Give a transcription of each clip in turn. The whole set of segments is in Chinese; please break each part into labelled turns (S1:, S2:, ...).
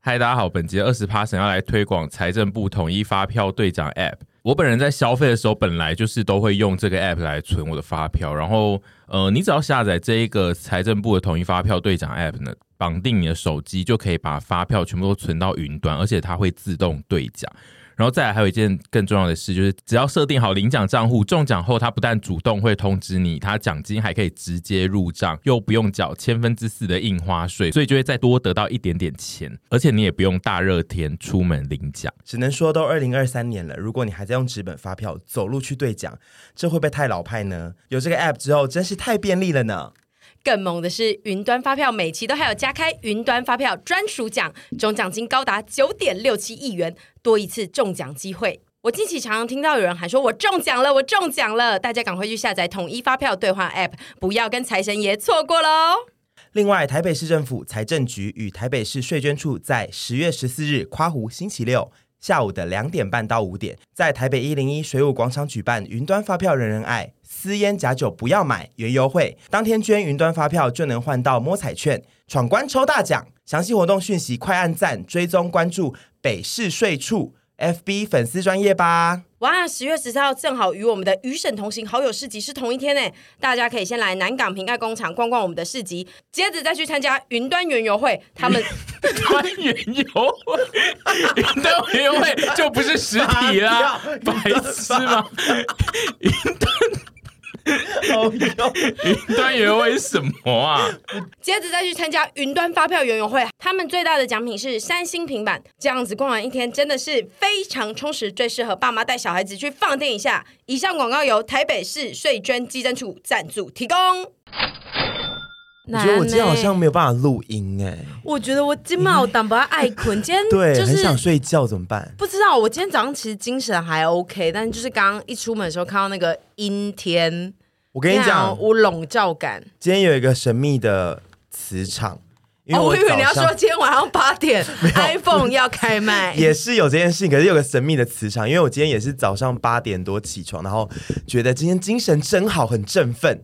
S1: 嗨，大家好，本节二十 p a 要来推广财政部统一发票兑奖 App。我本人在消费的时候，本来就是都会用这个 App 来存我的发票。然后，呃，你只要下载这一个财政部的统一发票兑奖 App 呢，绑定你的手机就可以把发票全部都存到云端，而且它会自动兑奖。然后再来还有一件更重要的事，就是只要设定好领奖账户，中奖后它不但主动会通知你，它奖金还可以直接入账，又不用缴千分之四的印花税，所以就会再多得到一点点钱，而且你也不用大热天出门领奖。
S2: 只能说都二零二三年了，如果你还在用纸本发票走路去兑奖，这会不会太老派呢？有这个 app 之后，真是太便利了呢。
S3: 更猛的是，云端发票每期都还有加开云端发票专属奖，总奖金高达九点六七亿元，多一次中奖机会。我近期常常听到有人喊说：“我中奖了，我中奖了！”大家赶快去下载统一发票兑换 App，不要跟财神爷错过哦喽！
S2: 另外，台北市政府财政局与台北市税捐处在十月十四日跨湖星期六下午的两点半到五点，在台北一零一水舞广场举办云端发票人人爱，私烟假酒不要买原优惠，当天捐云端发票就能换到摸彩券，闯关抽大奖。详细活动讯息快按赞、追踪关注北市税处 FB 粉丝专业吧。
S3: 哇，十月十四号正好与我们的与省同行好友市集是同一天呢，大家可以先来南港平爱工厂逛逛我们的市集，接着再去参加云端园游会。他们
S1: 团圆游会，云端园游会就不是实体啦，白痴吗？
S2: 哦哟，
S1: 云端园游会是什么啊？
S3: 接着再去参加云端发票园游会，他们最大的奖品是三星平板。这样子逛完一天真的是非常充实，最适合爸妈带小孩子去放电一下。以上广告由台北市税捐基征处赞助提供。
S2: 我觉得我今天好像没有办法录音哎、
S4: 欸我觉得我今晚我淡薄爱困，今天
S2: 对，
S4: 就
S2: 很想
S4: 是
S2: 睡觉，怎么办？
S4: 不知道。我今天早上其实精神还 OK，但就是刚刚一出门的时候看到那个阴天，
S2: 我
S4: 我
S2: 跟你讲，
S4: 啊我笼罩感。
S2: 今天有一个神秘的磁场，因为
S4: 哦，我以为
S2: 早
S4: 你要
S2: 上
S4: 说今天晚上八 点 iPhone 要开卖，
S2: 也是有这件事情，可是有个神秘的磁场，因为我今天也是早上八点多起床，然后觉得今天精神真好，很振奋。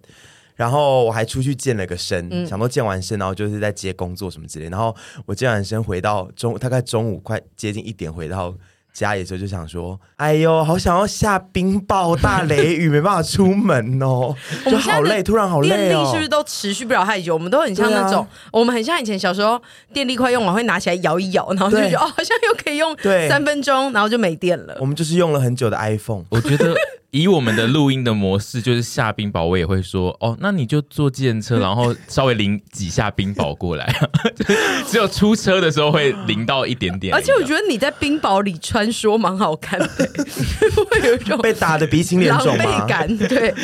S2: 然后我还出去健了个身，
S4: 嗯
S2: 想说健完身，然后就是在接工作什么之类。然后我健完身回到中，大概中午快接近一点回到家里的时候，就想说：“哎呦，好想要下冰雹、大雷雨，没办法出门 哦，就好累，突然好
S4: 电
S2: 累
S4: 力
S2: 哦。啊
S4: 是不是都持续不了太久？我们都很像那种，我们很像以前小时候电力快用完会拿起来摇一摇，然后就
S2: 对
S4: 觉得哦，好像又可以用
S2: 对
S4: 三分钟，然后就没电了
S2: 我。们就是用了很久的 iPhone，
S1: 我觉得以我们的录音的模式，就是下冰雹，我也会说哦，那你就坐计程车，然后稍微淋几下冰雹过来， 就是只有出车的时候会淋到一点点。
S4: 而且我觉得你在冰雹里穿梭蛮好看的、会有一种
S2: 被打的鼻青脸
S4: 狼
S2: 肿吗
S4: 狈？感。对，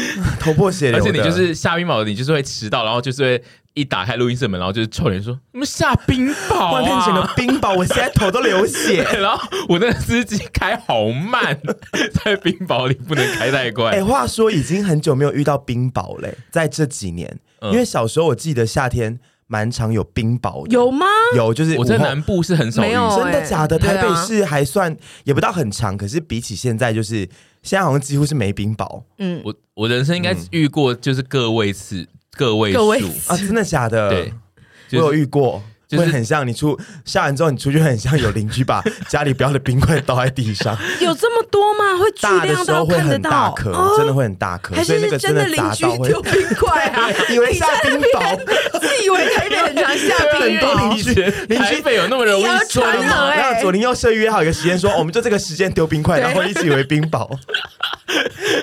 S2: 头破血
S1: 而
S2: 流的，
S1: 且你就是下冰雹，你就是会迟到，然后就是会一打开录音室门，然后就是臭脸说你们下冰
S2: 外
S1: 雹
S2: 面整个
S1: 啊。
S2: 冰雹，我现在头都 流血。
S1: 对 然后我那个司机开好慢， 在冰雹里不能开太
S2: 哎、
S1: 快。
S2: 话说已经很久没有遇到冰雹嘞、在这几年，
S1: 嗯
S2: 因为小时候我记得夏天蛮常有冰雹的，
S4: 有吗？
S2: 有就是
S1: 我在
S2: 午后
S1: 南部是很少遇
S4: 没有
S2: 真的假的？
S4: 对
S2: 台
S4: 啊
S2: 北市还算也不到很长，可是比起现在，就是现在好像几乎是没冰雹
S4: 嗯，
S1: 我我人生应该遇过就是个位次、个位
S4: 个位
S1: 数，
S2: 啊！真的假的？
S1: 对，
S2: 我
S1: 就是
S2: 有遇过。
S1: 就是
S2: 会很像你出下完之后，你出去很像有邻居把家里不要的冰块倒在地上，
S4: 嗯有这么多吗？会巨
S2: 大的
S4: 量
S2: 时
S4: 到
S2: 候会
S4: 看得
S2: 很大
S4: 到？哦
S2: 颗，真的会很大颗，
S4: 还
S2: 所以
S4: 是
S2: 那个
S4: 是真的邻
S2: 砸
S4: 居
S2: 到会
S4: 丢冰块啊？
S2: 以为下冰 雹，啊
S4: 自以为台北很常下 冰
S1: 很多
S4: 雹
S1: 邻。居，台北有那么容易说
S4: 啊你要传
S1: 吗？
S4: 了
S2: 然
S4: 哎
S2: 哦后左邻右舍约好一个时间，说我们就这个时间丢冰块，
S4: 对
S2: 然后一起回冰雹。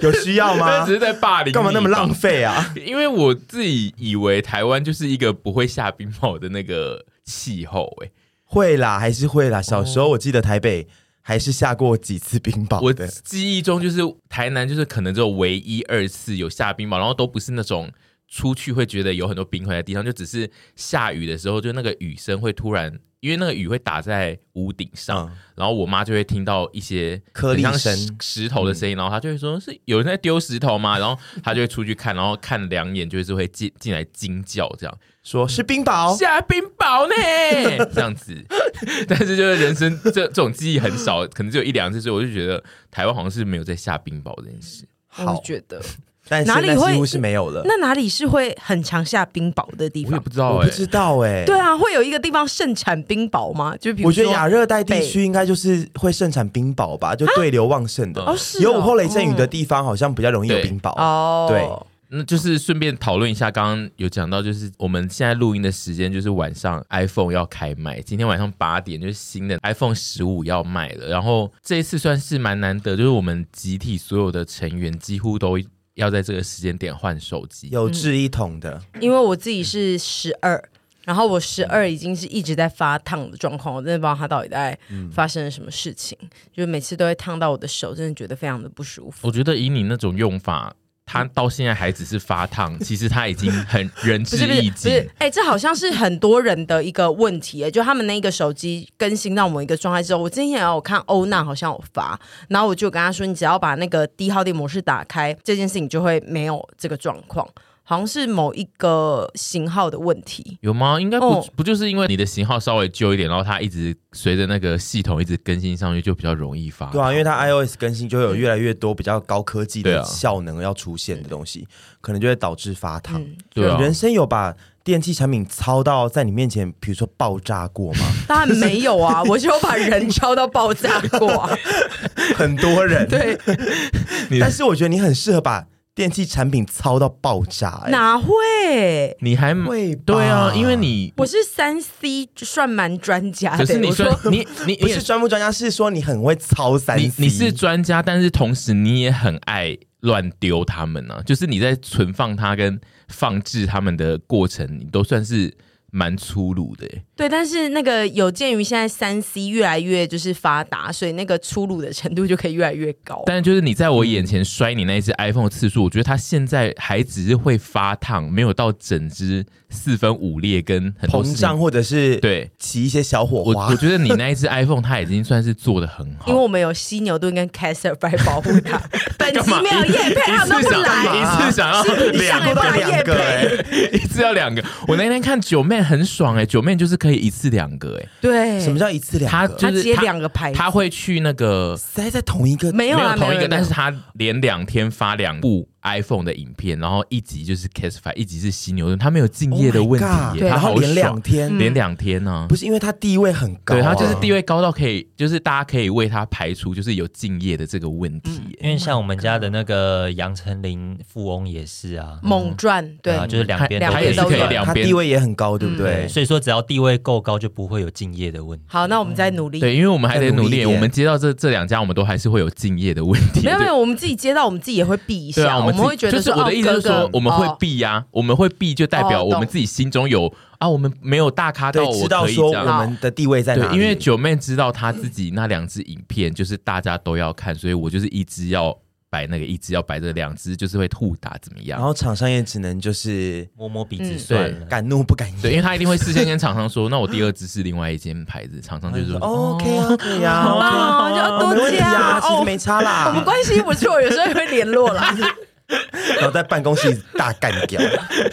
S2: 有需要吗
S1: 只？是在霸凌，
S2: 干嘛那么浪？费啊？
S1: 因为我自己以为台湾就是一个不会下冰雹的那个气候、欸，
S2: 会啦，还是会
S4: 哦
S2: 啦。小时候我记得台北还是下过几次冰
S1: 我
S2: 雹的，
S1: 记忆中就是台南，就是可能只有唯一二次有下冰雹，然后都不是那种出去会觉得有很多冰块在地上，就只是下雨的时候，就那个雨声会突然，因为那个雨会打在屋顶上，
S2: 嗯
S1: 然后我妈就会听到一些
S2: 颗粒
S1: 很像
S2: 声
S1: 石石头的声音，然后她就会说是有人在丢石头吗？然后她就会出去看，然后看两眼就是会进进来惊叫这样。
S4: 嗯
S2: 说是冰雹，
S1: 下冰雹呢，哦 这样子。但是就是人生 这这种记忆很少，可能只有一两次，所以我就觉得台湾好像是没有在下冰雹这件事。
S4: 我
S2: 好，
S4: 觉得
S2: 但
S4: 哪
S2: 现
S4: 里
S2: 在
S4: 会
S2: 几乎是没有了。
S4: 那哪里是会很常下冰雹的地
S1: 我也
S4: 方
S1: 不？知道
S2: 我
S1: 哎、
S2: 不知道哎，
S4: 对，啊，会有一个地方盛产冰雹吗？就比如
S2: 我觉得
S4: 说
S2: 亚热带地区应该就是会盛产冰雹吧，就对流旺盛的
S1: 啊。
S4: 哦是哦
S2: 有午后雷阵雨的地方好像比较容易有
S1: 对
S2: 冰雹。
S4: 哦，
S2: 对
S1: 那就是顺便讨论一下，刚刚有讲到，就是我们现在录音的时间就是晚上 iPhone 要开卖，今天晚上八点就是新的 iPhone 十五要卖了。然后这一次算是蛮难得，就是我们集体所有的成员几乎都要在这个时间点换手机。
S2: 有志一桶的，
S4: 因为我自己是十二，然后
S2: 嗯
S4: 我十二已经是一直在发烫的状况，我真的不知道它到底在
S2: 嗯
S4: 发生了什么事情，就是每次都会烫到我的手，真的觉得非常的不舒服。
S1: 我觉得以你那种用法，他到现在还只是发 烫，其实他已经很仁
S4: 不
S1: 至
S4: 是不是
S1: 义
S4: 不是
S1: 尽。，
S4: 哎、这好像是很多人的一个问题、哎， 就他们那一个手机更新到某一个状态之后，我之前也有看欧娜好像有发，然后我就跟他说，你只要把那个低耗电模式打开，这件事情就会没有这个状况，好像是某一个型号的问题。
S1: 有吗？应该不、
S4: 哦
S1: 不就是因为你的型号稍微旧一点，然后它一直随着那个系统一直更新上去，就比较容易发。
S2: 对啊，因为它
S4: 嗯
S2: iOS 更新就会有越来越多比较高科技
S1: 对
S2: 的
S1: 啊
S2: 效能要出现的东西，可能就会导致发烫。
S4: 嗯，
S1: 对啊
S2: 你人生有把电器产品操到在你面前，比如说爆炸过 吗？
S4: 当然没有啊， 我就把人超到爆炸过、 啊。
S2: 很多人，
S4: 对，
S1: 哎
S2: 但是我觉得你很适合把电器产品操到爆炸、欸，
S4: 哪会？
S1: 你还
S2: 会吧
S1: 对啊，因为你
S4: 我是三 C 算蛮专家
S1: 可
S4: 的，
S1: 是你
S4: 我
S1: 算
S4: 说
S1: 你你
S2: 不
S1: 你也
S2: 是专不专家，是说你很会操三
S1: 你
S2: C，
S1: 你是专家，但是同时你也很爱乱丢它们呢、啊。就是你在存放它跟放置它们的过程，你都算是蛮粗鲁的、欸。
S4: 对，但是那个有鉴于现在三 C 越来越就是发达，所以那个出炉的程度就可以越来越高。
S1: 但是就是你在我眼前摔你那一只 iPhone 的次数，我觉得它现在还只是会发烫，没有到整只四分五裂跟很多事
S2: 膨
S1: 情
S2: 胀或者是
S1: 对
S2: 起一些小火
S1: 我
S2: 花
S1: 我。觉得你那一只 iPhone 它已经算是做的很好
S4: 因 为。我们有犀牛顿跟凯瑟来保护它，本集没有叶配，他
S1: 一次
S4: 们都不
S1: 想
S4: 来。
S1: 一
S4: 啊
S1: 次想要
S4: 上
S1: 两个
S4: 来就，
S2: 到
S4: 把
S2: 两
S4: 业
S2: 个、
S4: 配
S2: 欸，
S1: 一次要两个。我那天看九妹很爽哎、欸，九妹就是可以一次两个哎、
S4: 对，
S2: 什么叫一次两
S1: 她
S2: 个？
S1: 就
S4: 他
S1: 是
S4: 接两个牌子？
S1: 她会去那个
S2: 塞在同一个
S4: 没有啊，
S1: 同一
S4: 没
S1: 个，
S4: 有
S1: 但是他连两天发两部 iPhone 的影片，然后一集就是 Case Five，一集是犀牛顿，他没有敬业的问题
S2: Oh my god
S1: 耶，
S4: 对
S1: 他
S2: 然
S1: 好爽
S2: 后连两天，
S1: 连两天
S4: 嗯
S1: 呢、
S2: 不是因为他地位很嗯高啊、
S1: 对他就是地位高到可以，就是大家可以为他排除就是有敬业的这个问题耶。
S4: 嗯
S5: 因为像我们家的那个杨丞琳富翁也是啊，
S4: 猛
S1: 嗯
S4: 赚，对
S5: 对啊，就是两边
S4: 他
S5: 都
S4: 他也是可以
S5: 有
S1: 两
S2: 他
S1: 边
S2: 地位也很高，对不对？
S5: 对，
S4: 嗯
S5: 所以说只要地位够高，就不会有敬业的问题。
S4: 好，那我们再努力。
S1: 对，因为我们还得
S2: 再努
S1: 努
S2: 力一
S1: 力，
S2: 点
S1: 我们接到这这两家，我们都还是会有敬业的问题。
S4: 没有
S1: 就
S4: 没有，我们自己接到，我们自己也会避一
S1: 对
S4: 下，
S1: 啊，
S4: 我
S1: 们
S4: 们会
S1: 自己
S4: 觉
S1: 就
S4: 得
S1: 是
S4: 说，
S1: 我的意思是
S4: 哦哥
S1: 说
S4: 哥，
S1: 我们会
S4: 哦
S1: 避呀，我们会避，就代表
S4: 哦
S1: 我们
S4: 懂
S1: 自己心中有啊，我们没有大咖到
S2: 对，
S1: 我
S2: 知道
S1: 可以
S2: 说
S1: 这
S2: 我
S1: 样。
S2: 们的地位在哪
S1: 对，
S2: 里。
S1: 因为九妹知道她自己那两支影片就是大家都要看，所以我就是一支要摆那个，一支要摆这个两支就是会互打怎么
S2: 然
S1: 样？
S2: 后厂商也只能就是
S5: 摸摸鼻子
S4: 嗯
S5: 算了。
S2: 敢怒不敢
S1: 对，因
S2: 言。
S1: 为她一定会事先跟厂商说，那我第二支是另外一间牌子，厂商就说
S2: OK 啊，可以啊，
S4: 好棒
S2: OK
S4: 哦，就要
S2: 没
S4: 多
S2: 问题
S4: 加
S2: 啊，其实
S4: 哦。
S2: 没差啦。
S4: 我们关系不错，有时候也会联 络啦。
S2: 然后在办公室大干掉，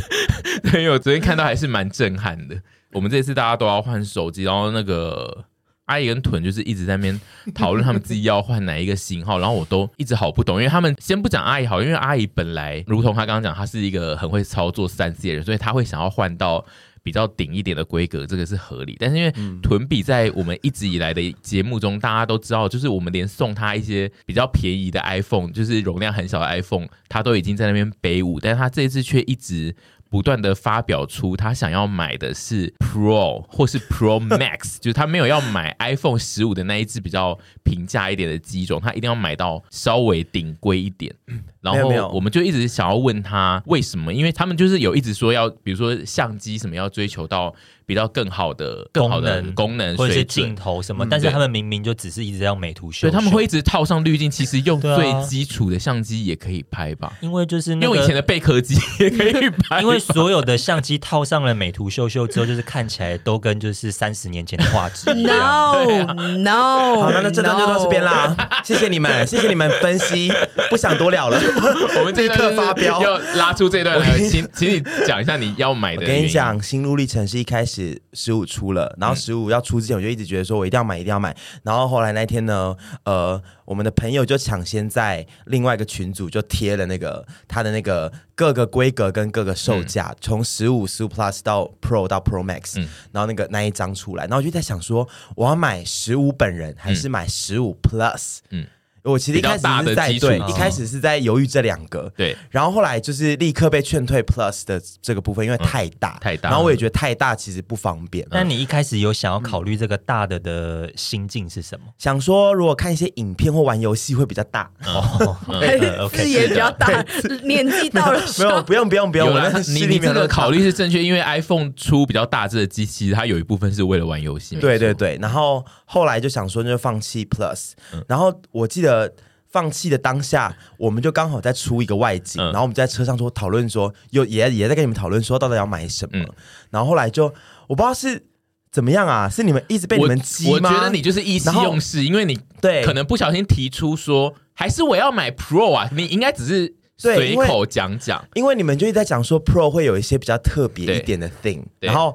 S1: 对，因为我昨天看到还是蛮震撼的。我们这次大家都要换手机，然后那个阿姨跟屯就是一直在那边讨论他们自己要换哪一个型号，然后我都一直好不懂，因为他们先不讲阿姨好，因为阿姨本来如同她刚刚讲，她是一个很会操作三 C 的人，所以她会想要换到。比较顶一点的规格，这个是合理。但是因为屯比在我们一直以来的节目中，大家都知道，就是我们连送他一些比较便宜的 iPhone，就是容量很小的 iPhone，他都已经在那边背舞，但是他这一次却一直不断的发表出他想要买的是 Pro 或是 Pro Max，就是他 没有要买 iPhone 十五的那一只比较平价一点的机种，他一定要买到稍微顶规一 点。然
S2: 没有没有
S1: 后我们就一直想要问他为什么，因为他们就是有一直说要，比如说相机什么要追求到比较更好的、更好的
S5: 功能
S1: 功能
S5: 或者
S1: 水
S5: 是
S1: 准
S5: 镜头什么，
S1: 嗯
S5: 但是
S1: 对
S5: 他们明明就只是一直在用美图
S1: 所
S5: 秀秀，
S1: 以他们会一直套上滤镜，其实用
S5: 对啊
S1: 最基础的相机也可以拍吧，
S5: 因为就是那
S1: 用以前的
S5: 个。
S1: 贝壳机也可 以拍吧，
S5: 因为所有的相机套上了美图秀秀之后，就是看起来都跟就是三十年前的画质 一样。
S1: 啊
S4: No No，
S2: 好了，那这段就到这边。 啦，
S4: 哦
S2: 谢谢你们，谢谢你们分析，不想多聊了。
S1: 我们这
S2: 立
S1: 一段
S2: 刻发飙
S1: 就是要拉出这段
S2: 我
S1: 来，
S2: 跟你
S1: 请请你讲一下你要买的。
S2: 我跟你，讲，心路历程是一开始十五出了，然
S1: 嗯
S2: 后十五要出之前，我就一直觉得说我一定要买，一定要买。然后后来那天呢，呃，我们的朋友就抢先在另外一个群组就贴了那个他的那个各个规格跟各个售价，从十五、十五 Plus 到 Pro 到 Pro Max，、
S1: 嗯
S2: 然后那个那一张出来，然后我就在想说，我要买十五本人还是买十五 Plus？
S1: 嗯
S2: 嗯。我其实一开始
S1: 比较大的
S2: 是在
S1: 基础
S2: 对，
S1: 哦
S2: 一开始是在犹豫这两个，
S1: 对，
S2: 然后后来就是立刻被劝退 Plus 的这个部分，因为太大、
S1: 嗯太大了嗯
S2: 然后我也觉得太大其实不方便。
S5: 但你一开始有想要考虑这个大的的心境是什么？
S2: 想说，如果看一些影片或玩游戏会比较大，
S5: 哦，嗯
S4: 字
S5: OK，
S4: 也比较大， 年纪到了
S2: 没有，不用不用不用，
S1: 有
S2: 我
S1: 啦
S2: 那，
S1: 你
S2: 视
S1: 你
S2: 力没
S1: 这
S2: 有
S1: 个
S2: 那么
S1: 考
S2: 考。
S1: 虑是正确，因为 iPhone 出比较大只的机器，它有一部分嗯是为了玩游戏。没错
S2: 对对，对，然后后来就想说，那就放弃 Plus、
S1: 嗯
S2: 然后我记得放弃的当下，我们就刚好在出一个外景，
S1: 嗯
S2: 然后我们在车上说讨论说，有也也在跟你们讨论说到底要买什么。
S1: 嗯
S2: 然后后来就我不知道是怎么样啊，是你们一直被你
S1: 我
S2: 们激吗？
S1: 我觉得你就是意气
S2: 然后
S1: 用事，因为你
S2: 对
S1: 可能不小心提出说，还是我要买 Pro 啊，你应该只是
S2: 对
S1: 随
S2: 因为
S1: 口讲讲。
S2: 因为你们就一直在讲说 Pro 会有一些比较特别
S1: 对
S2: 一点的 thing，
S1: 对
S2: 然后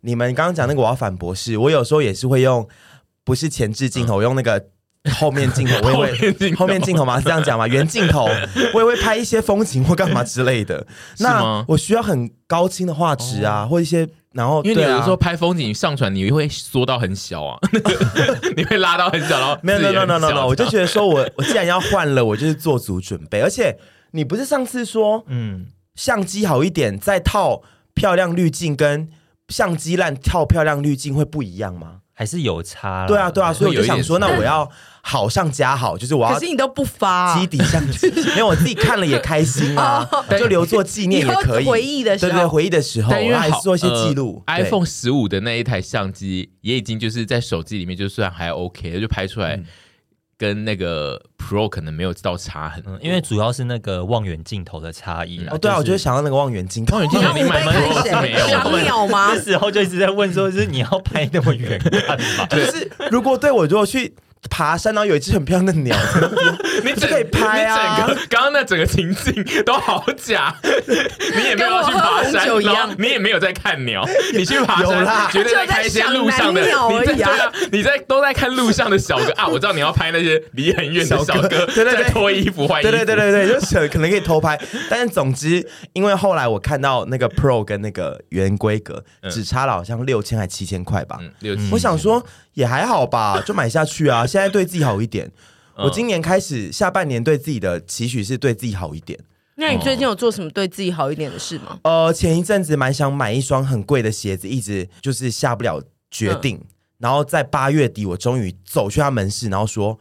S2: 你们刚刚讲那个我要反驳是，我有时候也是会用，不是前置镜头，我用那个。后面镜头，我也
S1: 嗯 后面镜头
S2: 会后面镜头吗？是这 样讲吗？原镜头，我也会拍一些风景或干嘛之 类的。
S1: 是吗
S2: 那
S1: 哦
S2: 我需要很高清的画质啊，或一些，然后
S1: 因为你
S2: 对
S1: 有
S2: 啊
S1: 的时候拍风景上传，你会缩到很小啊， 你会拉到很小，然后
S2: 没有
S1: 字
S2: 没
S1: 也
S2: 有没
S1: 很
S2: 有没有没
S1: 小
S2: 有，我就觉得 说我我既然要换了，我就是做足准备。而且你不是上次说
S5: 嗯，
S2: 相机好一点，再套漂亮滤镜，跟相机烂套漂亮滤镜会不一样吗？
S5: 还是有差啦。
S2: 对啊，对啊，所以我就想说，
S1: 会有
S2: 那
S1: 一点
S2: 我要好上加好，就是我
S4: 可
S2: 要
S4: 是你都不发啊、哦
S2: 基底相机，因为我自己看了也开心 啊，就留作纪念也可以。
S4: 以后回忆的时
S2: 对
S4: 候
S2: 对，回忆的时候，
S1: 但因为
S2: 然后还
S1: 好
S2: 是做一些记录。
S1: 呃
S2: 对
S1: iPhone 十五的那一台相机也已经就是在手机里面就算还 OK，就拍出来
S2: 嗯
S1: 跟那个 Pro 可能没有到差很多
S2: 哦
S5: 嗯，因为主要是那个望远镜头的差异啦。
S2: 哦，对啊，我就
S5: 就是
S2: 想要那个望远镜，
S1: 望远镜
S4: 你要
S1: 你买
S4: 五倍看
S1: Pro 是没有
S4: 谁？赏
S1: 的，
S4: 鸟吗
S5: 那？时候就一直在问说，就是你要拍那么 远干嘛？
S2: 就是 如果对我如果去爬山，然后有一只很漂亮的鸟，
S1: 你整
S2: 就可以拍啊
S1: 你整个刚刚那整个情境都好 假，你也没有要去爬
S4: 跟我喝红
S1: 山，
S4: 酒一样
S1: 然后你也没有在看 鸟，你去爬
S2: 有啦
S1: 山绝对在看一些路上的，
S4: 就在
S1: 你
S4: 想蓝鸟而
S1: 在
S4: 已
S1: 对
S4: 啊
S1: 啊，你在都在看路上的小哥啊，我知道你要拍那些离很远的
S2: 小
S1: 小
S2: 哥
S1: 哥
S2: 对对对
S1: 在脱衣服换衣服，
S2: 对对对对对，就是可能可以偷拍，但是总之，因为后来我看到那个 Pro 跟那个原规格、只差了好像六千还七千块吧，
S1: 嗯，六七
S2: 我想说也还好吧， 就买下去啊。现在对自己好一点，
S5: 嗯
S2: 我今年开始下半年对自己的期许是对自己好一点。
S4: 那你最近有做什么对自己好一点的事吗？
S2: 呃，前一阵子蛮想买一双很贵的鞋子，一直就是下不了决定。
S5: 嗯
S2: 然后在八月底，我终于走去他门市，然后说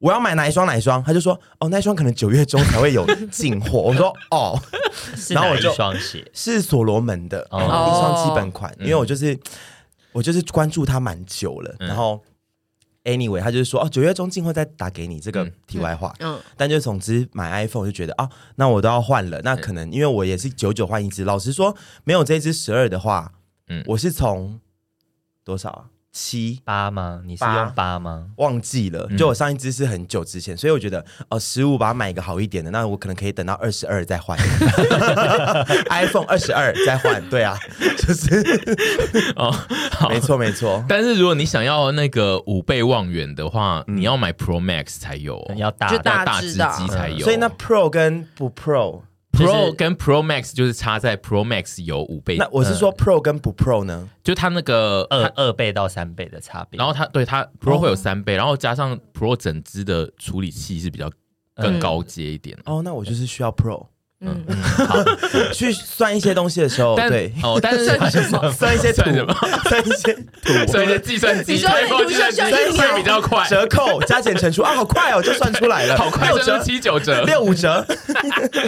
S2: 我要买哪一双哪一双，他就说哦，那一双可能九月中才会有进货。我说哦，
S5: 是
S2: 然后
S5: 哪
S2: 我
S5: 一
S2: 就
S5: 双鞋？
S2: 是所罗门的、
S5: 哦
S2: 一双基本款，因为我就是、我就是关注他蛮久了，然后 anyway 他就是说哦，九月中进会再打给你，这个
S1: 嗯
S2: 题外话。
S4: 嗯，
S2: 但就总之买 iPhone 我就觉得啊、那我都要换了。那可能因为我也是九九换一只，老实说，没有这只十二的话，
S1: 嗯
S2: 我是从多少啊七
S5: 八吗？你是
S2: 八
S5: 用八吗？
S2: 忘记了，
S1: 嗯
S2: 就我上一只是很久之前，所以我觉得哦，十五把它买一个好一点的，那我可能可以等到二十二再 换 iPhone 二十二再换，对啊，就是
S1: 哦，好
S2: 没错没错，
S1: 但是如果你想要那个五倍望远的话，
S2: 嗯
S1: 你要买 Pro Max 才有哦、
S5: 要大
S4: 就
S1: 要
S4: 大
S1: 大
S4: 只
S1: 只
S4: 的
S1: 机才有。哦
S2: 所以那 Pro 跟不 Pro，
S5: 就是
S1: Pro 跟 Pro Max 就是差在 Pro Max 有五倍，
S2: 那我是
S1: 呃
S2: 说 Pro 跟不 Pro 呢？
S1: 就它那个
S5: 二
S1: 它
S5: 二倍到三倍的差别。
S1: 然后它对它 Pro 会有三倍，然后加上 Pro 整支的处理器是比较更高阶一点。
S2: 哦哦，那我就是需要 Pro，
S4: 嗯，
S2: 去算一些东西的时候，
S1: 但
S2: 对，
S1: 哦，但是
S3: 算什么
S2: 算一些图
S1: 算什么，
S2: 算一些图，
S1: 所以计 算机，
S3: 你说
S1: 推过计算机
S3: 你说
S1: 是会比较快，
S2: 折扣加减乘除啊，好快哦，就算出来了，
S1: 好快，
S2: 六
S1: 甚
S2: 折
S1: 至七九折。
S2: 六五折，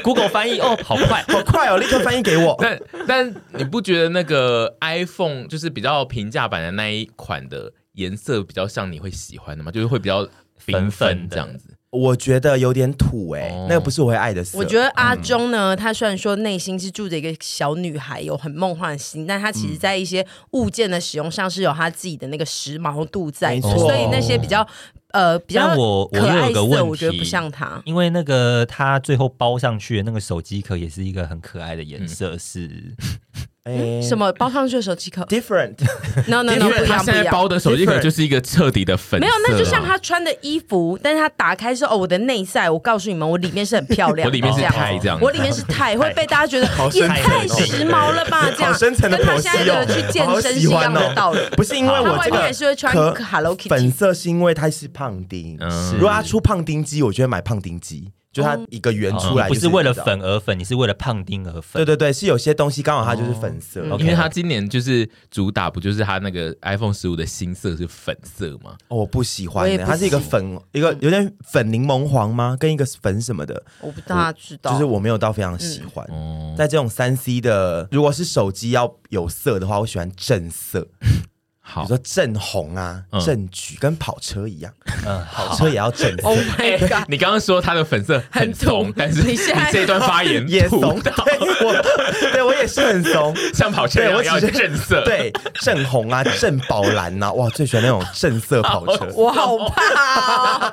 S5: Google 翻译 哦，好快，
S2: 好快哦，立刻翻译给我。
S1: 但但你不觉得那个 iPhone 就是比较平价版的那一款的颜色比较像你会喜欢的吗？就是会比较缤
S5: 粉
S1: 纷
S5: 粉
S1: 这
S5: 的
S1: 样子。
S2: 我觉得有点土哎、
S1: 哦
S2: 那个不是我会爱的色。
S4: 我觉得阿忠呢，他虽然说内心是住着一个小女孩，有很梦幻的心，但他其实在一些物件的使用上是有他自己的那个时髦度在
S2: 没
S4: 的，
S2: 错
S4: 所以那些比较呃比较
S5: 但我我
S4: 可
S5: 又
S4: 爱
S5: 有个
S4: 色，
S5: 问题，
S4: 我觉得不像他。
S5: 因为那个它最后包上去的那个手机壳也是一个很可爱的颜
S2: 嗯
S5: 色，是
S2: 哎
S4: 什么包上去的手机 壳
S2: different，
S4: ？No No
S1: 因
S4: No，不
S1: 为
S4: 一
S1: 他
S4: 样不
S1: 现
S4: 一
S1: 在
S4: 样。
S1: 包的手机壳
S2: Different
S1: 就是一个彻底的粉色，
S4: 没有，那就像他穿的衣服，但是他打开是哦，我的内在，我告诉你们，我里面是很漂亮，
S1: 我里面是
S4: 这样子
S1: 钛这样子
S4: 我里面是钛，会被大家觉得
S2: 好
S4: 也
S2: 深层
S4: 太
S2: 哦
S4: 时髦了吧？这样，
S2: 好深层的
S4: 跟他
S2: 剖
S4: 现在
S2: 析哦
S4: 的去健
S2: 好
S4: 身是
S2: 喜
S4: 一
S2: 欢
S4: 样
S2: 哦
S4: 的道理。
S2: 不是因为
S4: 他
S2: 我
S4: 外
S2: 这
S4: 面
S2: 个
S4: 也是会穿
S2: 壳
S4: Hello Kitty
S2: 粉色，是因为它是胖丁。
S1: 嗯
S2: 如果它出胖丁机，我就会买胖丁机，就它一个圆出来、
S5: 嗯哦不
S2: 就是
S5: 为了。
S2: 你知道
S5: 粉而粉，你是为了胖丁而粉。
S2: 对对对，是有些东西刚好它就是粉色。
S4: 嗯
S2: 哦
S1: 因为他今年就是主打不就是他那个 iPhone 十五的新色是粉色吗？
S2: 我不喜欢
S4: 我也
S2: 欸、
S4: 不
S2: 它是一个
S4: 喜嗯
S2: 粉，一个有点粉柠檬黄吗？跟一个粉什么的，
S4: 我不大知道，
S2: 就是我没有到非常喜欢。
S1: 哦，
S2: 在这种三 C 的，如果是手机要有色的话，我喜欢正色，比
S1: 好
S2: 如，说正红啊、
S1: 嗯
S2: 正橘，跟跑车一样，
S5: 嗯，
S2: 跑车也要正色
S4: Oh。my God，、
S1: 你刚刚说他的粉色很
S4: 很
S1: 怂
S4: 土，
S1: 但是
S4: 你现在
S1: 这一段发言
S2: 也
S1: 土
S2: 怂，
S1: 到
S2: 对我，对我也是很怂。
S1: 哦像跑车一
S2: 对我
S1: 样
S2: 只
S1: 要
S2: 是
S1: 正色，，
S2: 对，正红 啊，正宝蓝呐、啊，哇，最喜欢那种正色跑车。
S4: 我好怕、哦，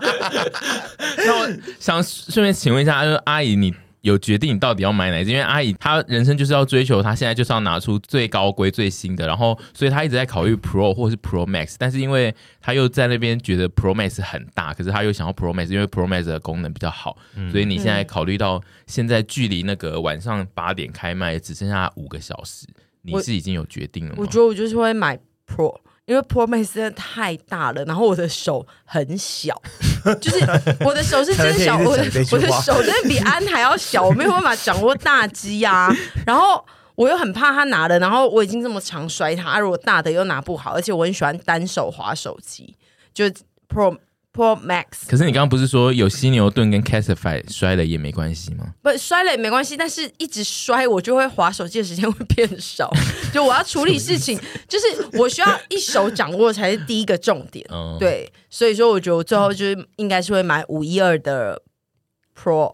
S1: 那我 想顺便请问一下，就是阿姨，你有决定你到底要买哪一只？因为阿姨她人生就是要追求，她现在就是要拿出最高规、最新的，然后所以她一直在考虑 Pro 或是 Pro Max，但是因为她又在那边觉得 Pro Max 很大，可是她又想要 Pro Max，因为 Pro Max 的功能比较好，所以你现在考虑到现在距离那个晚上八点开卖只剩下五个小时，你
S4: 我
S1: 是已经有决定了吗？
S4: 我觉得我就是会买 Pro。因为 Pro Max 真的太大了，然后我的手很小，就是我的手是真 的小，
S2: 可能
S4: 我
S2: 可
S4: 的
S2: 以一直讲这句
S4: 我的
S2: 话
S4: 手真的比安还要小，我没有办法掌握大肌啊。然后我又很怕他拿了，然后我已经这么常摔他，啊如果大的又拿不好，而且我很喜欢单手滑手机，就 Pro Pro Max
S1: 可是你刚刚不是说有犀牛盾跟 Casify 摔了也没关系吗？
S4: 不摔了也没关系，但是一直摔我就会划手机的时间会变少。就我要处理事情，就是我需要一手掌握才是第一个重点。
S1: 嗯，。
S4: 对，所以说我觉得我最后就是应该是会买五一二的 Pro。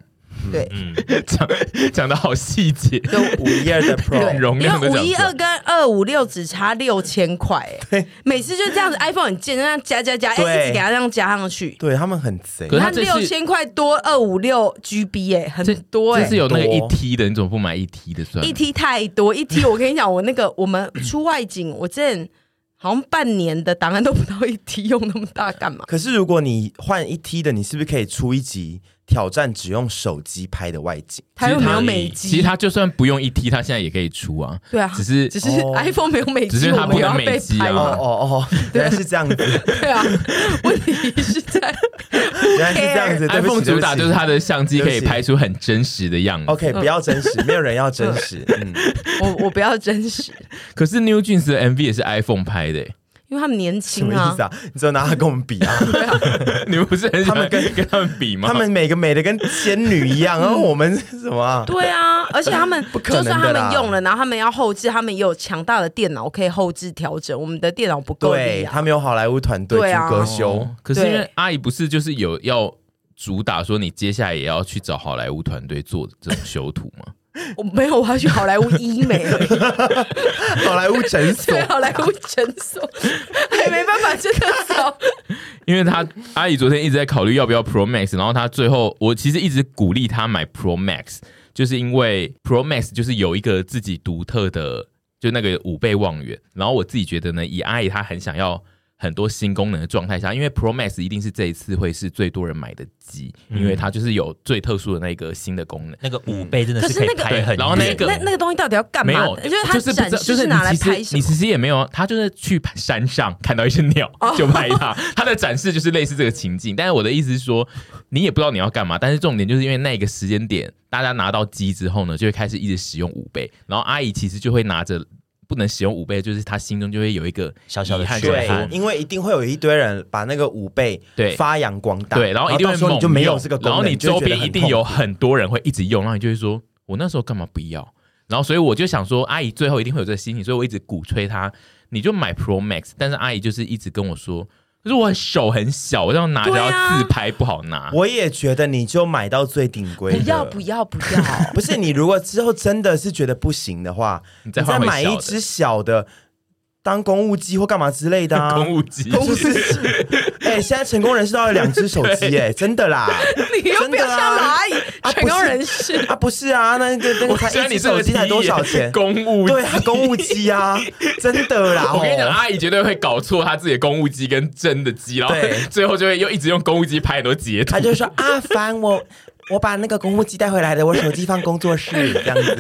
S4: 对，
S5: 嗯，
S1: 讲 讲的好细节，
S4: 就
S2: 五一二 的 Pro，
S1: 容
S4: 因
S1: 量
S4: 为
S1: 都
S4: 五
S1: 讲
S4: 一
S1: 出来
S4: 二跟二五六只差六千块，哎，每次就这样子，iPhone 很贱，就这样加加加，哎，
S2: 对
S4: 一直给它这样加上去。
S2: 对他们很贼
S1: 可。是它
S4: 它
S1: 这
S4: 六
S1: 次
S4: 千块多二五六 GB 哎，很多哎、
S1: 这是有那个一
S2: 多
S1: T 的，你怎么不买一 T 的算了？
S4: 一 T 太多，一 T 我跟你讲，我那个我们出外景，我之前好像半年的档案都不到一 T，用那么大干 嘛？
S2: 可是如果你换一 T 的，你是不是可以出一集挑战只用手机拍的外景？
S4: 台湾
S1: 其实
S4: 没
S1: 它
S4: 有美
S1: 其实
S4: 机，
S1: 它就算不用一 T，它现在也可以出啊，
S4: 对啊，
S1: 只是
S4: 只是
S2: 哦
S4: iPhone 没有美
S1: 只
S4: 机，
S1: 是它
S4: 我们
S1: 不
S4: 也
S1: 能
S4: 要
S1: 美
S4: 被
S1: 机
S4: 拍
S1: 啊
S2: 哦
S4: 嘛，
S2: 哦哦，原来是这样子，
S4: 对啊，问题是在
S2: 原来是这 样子。对不
S1: iPhone
S2: 起
S1: 主打就是它。
S2: 对不起哦
S1: 的相机可以拍出很真实的样子。
S2: OK，不要真实，没有人要真 实。嗯，
S4: 我我不要真实，
S1: 可是 New Jeans 的 MV 也是 iPhone 拍的欸，
S4: 因为他们年
S2: 什
S4: 轻
S2: 么
S4: 啊
S2: 意思，啊？你只有拿它跟我们比 啊？
S1: 你们不是很喜
S2: 他
S1: 欢
S2: 们跟
S1: 跟跟他们比吗？
S2: 他们每个美的跟仙女一 样，然哦后我们是什么啊？
S4: 对啊，而且他们
S2: 可能
S4: 就
S2: 的啦
S4: 算他们用了，然后他们要后置，他们也有强大的电脑可以后置调整，我们的电脑不够力
S2: 对，
S4: 啊。
S2: 他们有好莱坞团队
S4: 对啊
S2: 朱哥修
S1: 哦，，可是因为
S4: 对
S1: 阿姨不是就是有要主打说你接下来也要去找好莱坞团队做这种修图吗？
S4: 我没有，我要去好莱坞医美 而已。
S2: 好莱坞 诊所
S4: 对，好莱坞诊所，还没办法真的哦找。
S1: 因为他阿姨昨天一直在考虑要不要 Pro Max，然后她最后我其实一直鼓励她买 Pro Max，就是因为 Pro Max 就是有一个自己独特的，就那个五倍望远。然后我自己觉得呢，以阿姨她很想要很多新功能的状态下，因为 Pro Max 一定是这一次会是最多人买的机，因为它就是有最特殊的那个新的功能。
S5: 那个五倍真的
S4: 可
S5: 可
S4: 是
S5: 以
S4: 那个
S5: 拍很远，啊
S1: 对然后那个
S4: 那那个东西到底要干
S1: 没
S4: 嘛
S1: 有，
S4: 的？就是它
S1: 就是不知
S4: 展
S1: 道，就
S4: 示是
S1: 是
S4: 拿来
S1: 你其
S4: 拍
S1: 实
S4: 什
S1: 你
S4: 么？
S1: 其实也没有，他就是去山上看到一只鸟
S4: 哦
S1: 就拍它，他的展示就是类似这个情境。但是我的意思是说，你也不知道你要干嘛，但是重点就是因为那个时间点，大家拿到机之后呢，就会开始一直使用五倍，然后阿姨其实就会拿着。不能使用五倍，就是她心中就会有一个
S5: 小小的
S1: 遗憾
S5: 缺
S1: 就是
S5: 憾
S1: 说
S2: 对，因为一定会有一堆人把那个五倍
S1: 对
S2: 发扬光大，
S1: 对，然后一定
S2: 到
S1: 会
S2: 时候
S1: 猛
S2: 你就没有
S1: 用
S2: 这个功
S1: 然
S2: 能，
S1: 后你
S2: 就
S1: 周
S2: 会觉得
S1: 边一
S2: 很
S1: 定有
S2: 痛苦
S1: 很多人会一直用，然后你就会说，我那时候干嘛不要？然后所以我就想说，阿姨最后一定会有这个心情，所以我一直鼓吹她，你就买 Pro Max。但是阿姨就是一直跟我说，可是我手很小，我这样拿着
S4: 对
S1: 要
S4: 啊
S1: 自拍不好拿。
S2: 我也觉得你就买到最顶规的，
S4: 不要不要不要！
S2: 不是你，如果之后真的是觉得不行的话，
S1: 你
S2: 你
S1: 再
S2: 再
S1: 换回
S2: 买
S1: 小
S2: 一
S1: 的
S2: 只小的当公务机或干嘛之类的啊。
S1: 公务机，
S2: 公务机，哎、现在成功人士都要有两只手 机，哎，真的啦。
S4: 你又不要像老阿姨
S2: 啊
S4: 成功人士，
S2: 啊，不是啊，那个那
S1: 我
S2: 个
S1: 虽
S2: 才一
S1: 然
S2: 只
S1: 你这
S2: 手
S1: 个
S2: 机才多少钱？
S1: 公务机
S2: 对哦啊，公务 机啊，真的啦。
S1: 我跟你讲，啊
S2: 吼
S1: 阿姨绝对会搞错她自己的公务机跟真的机，然后
S2: 对
S1: 最后就会又一直用公务机拍很多截图
S2: 他。就说啊，烦我，我把那个公务机带回来的，我手机放工作室这样子。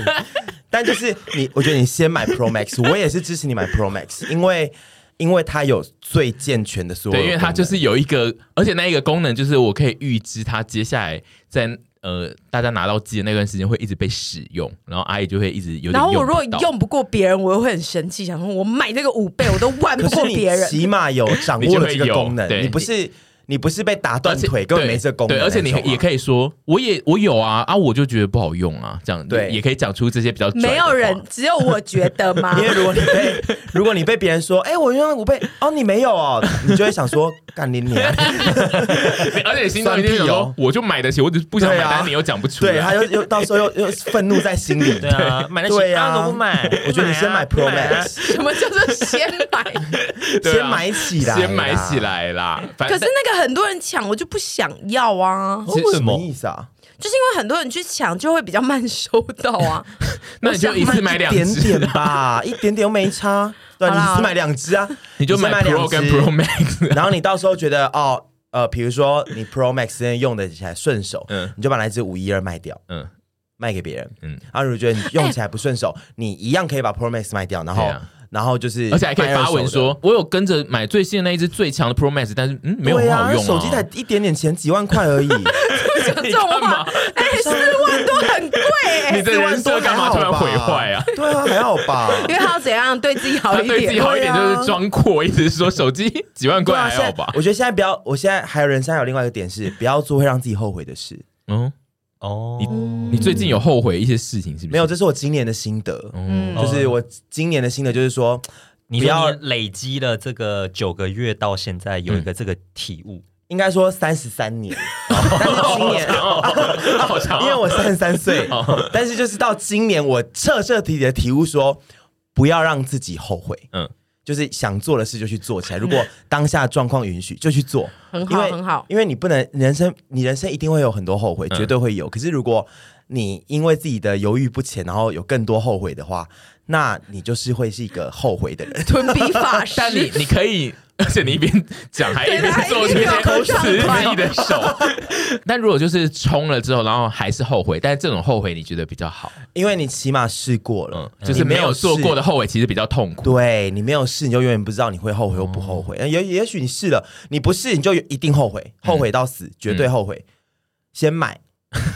S2: 但就是你，我觉得你先买 Pro Max，我也是支持你买 Pro Max，因为因为它有最健全的所有，
S1: 对，因为它就是。有一个，而且那一个功能就是我可以预知它接下来在呃大家拿到机的那段时间会一直被使用，然后阿姨就会一直有点
S4: 然后我如果
S1: 不到
S4: 用不过别人，我又会很生气，想说我买这个五倍我都玩
S2: 可
S4: 不过
S2: 是你
S4: 别人。
S2: 起码有掌握了这个功能
S1: 你就会有，对
S2: 你不是你不是被打断腿，根本没这个功
S1: 对，
S2: 能那
S1: 而
S2: 种啊。
S1: 且你也可以说，我也我有啊啊，我就觉得不好用啊，这样
S2: 对
S1: 也可以讲出这些比较拽的
S4: 没有
S1: 话
S4: 人，只有我觉得吗
S2: 因？为如果你被如果你被别人说，哎、我用了五倍，哦，你没有哦，你就会想说，干你娘！
S1: 而且你心中一定想说
S2: 算屁哦，
S1: 我就买得起，我只是不想买，
S2: 对啊
S1: 但是你又讲不出来，
S2: 对，他又又到时候又又愤怒在心里。
S5: 对啊，买得 起
S2: 对啊
S5: 啊，怎么不买？
S2: 我觉得你先买 Pro
S5: 不买啊
S2: Max，
S4: 什么叫做先买？
S1: 对啊
S2: 先买起来啦，
S1: 先买起来啦。反
S4: 可是那个很多人抢，我就不想要啊，
S1: 其实
S2: 什么意思啊？
S4: 就是因为很多人去抢，就会比较慢收到啊。
S1: 那你就一次买两
S2: 点
S1: 只，
S2: 点吧，一点点又没差。对，
S4: 好
S2: 你
S4: 啦
S2: 只买两只啊，
S1: 你就买
S2: 你先买
S1: Pro
S2: 两只
S1: 跟 Pro Max，
S2: 然后你到时候觉得哦，呃，比如说你 Pro Max 真的用的起来顺手，
S1: 嗯
S2: 你就把那只五一二卖掉，
S1: 嗯，
S2: 卖给别人。
S1: 嗯
S2: 嗯，然后如果觉得你用起来不顺手，你一样可以把 Pro Max 卖掉，然后
S1: 对啊
S2: 然后就是，
S1: 而且还可以发文。说，我有跟着买最新的那一只最强的 Pro Max，但是嗯，没有很
S2: 对
S1: 好
S2: 啊，
S1: 用、
S2: 手机才一点点钱，几万块而已。
S4: 讲 这种话，哎，四万多很贵哎、
S1: 你的人设干嘛突然毁坏 啊？
S2: 对啊，还好 吧。
S4: 因为他要怎样对自己好
S1: 他
S4: 一
S1: 对自己
S4: 点。
S1: 好一点就是装阔，一直说手机几万
S2: 对
S1: 块还
S2: 啊，现
S1: 好
S2: 在
S1: 吧？
S2: 我觉得现在不要，我现在还有人生还有另外一个点是，不要做会让自己后悔的事。
S1: 嗯，
S5: 哦，
S1: 你最近有后悔一些事情是不是？
S2: 没有，这是我今年的心得，
S1: 嗯，
S2: 就是我今年的心得就是说，
S5: 你
S2: 不
S5: 说
S2: 要
S5: 你累积了这个九个月到现在有一
S1: 嗯
S5: 个这个体悟，
S2: 应该说三十三年， 但是今年。
S1: 好长哦，
S2: 因为我三十 三岁，
S1: 哦
S2: 但是就是到今年，我彻彻底底的体悟说，不要让自己后悔。
S1: 嗯
S2: 嗯，就是想做的事就去做起来，如果当下状况允许，就去做。
S4: 很
S2: 因
S4: 好
S2: 为
S4: 很好，
S2: 因为你不能人生，你人生一定会有很多后悔，
S1: 嗯
S2: 绝对会有。可是如果你因为自己的犹豫不前，然后有更多后悔的话，那你就是会是一个后 悔的人。
S4: 囤比法师。
S1: 但你你可以，而且你一边讲还一
S4: 对
S1: 边
S4: 他
S1: 做
S4: 一
S1: 出一
S4: 边
S1: 些
S4: 搞
S1: 抠
S4: 口
S1: 死
S4: 上款
S1: 自己的手。 但如果就是冲了之后，然后还是后悔，但是这种后悔你觉得比较好，
S2: 因为你起码试过了
S1: 嗯，，就是
S2: 你
S1: 没有做
S2: 试
S1: 过的。后悔其实比较痛苦。
S2: 对你没有试，你就永远不知道你会后悔或不后悔。
S1: 嗯
S2: 也也许你试了，你不试你就一定后悔，后悔到死，绝对后
S1: 嗯
S2: 悔。先买，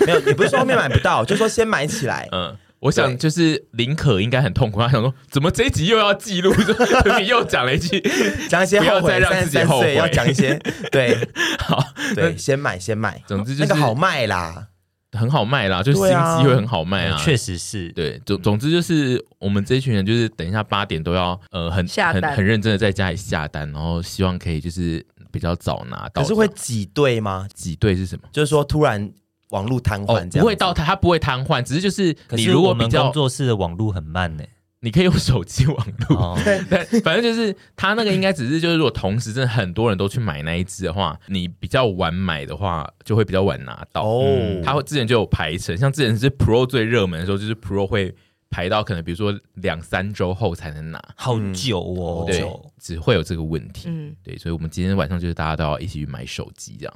S2: 没有，也不是说后面买不 到，就说先买起来。
S1: 嗯，我想就是林可应该很痛苦，他想说怎么这一集又要记录， 就你又讲了一句。
S2: 讲一些
S1: 不要
S2: 后悔
S1: 再，让
S2: 三
S1: 自
S2: 十
S1: 己
S2: 三
S1: 后悔
S2: 岁要讲 一些，对
S1: 好，
S2: 对，先买先买，
S1: 总之就
S2: 那
S1: 是
S2: 个好卖啦。
S1: 很好卖啦，就是新
S2: 对啊
S1: 机会很好卖啊，
S5: 嗯确实是。
S1: 对，总总之就是我们这一群人，就是等一下八点都要呃很
S4: 下
S1: 很
S4: 单
S1: 很认真的在家里下单，然后希望可以就是比较早拿到。
S2: 可是会挤兑吗？
S1: 挤兑是什么？
S2: 就是说突然网络瘫
S1: 哦
S2: 痪，这样子、
S1: 不会到它，它不会瘫痪，只是就是
S5: 可
S1: 你
S5: 是
S1: 如
S5: 我
S1: 果比
S5: 们
S1: 较
S5: 工，作室的网路很慢 呢、
S1: 你可以用手机网络。
S5: 哦，
S1: 但反正就是它那个应该只是就是，如果同时真的很多人都去买那一只的话，你比较晚买的话，就会比较晚拿到。嗯
S2: 哦，
S1: 它会之前就有排程，像之前是 Pro 最热门的时候，就是 Pro 会排到可能比如说两三周后才能拿，
S5: 好久哦，
S1: 对，只会有这个问题。
S4: 嗯，
S1: 对，所以我们今天晚上就是大家都要一起去买手机这样。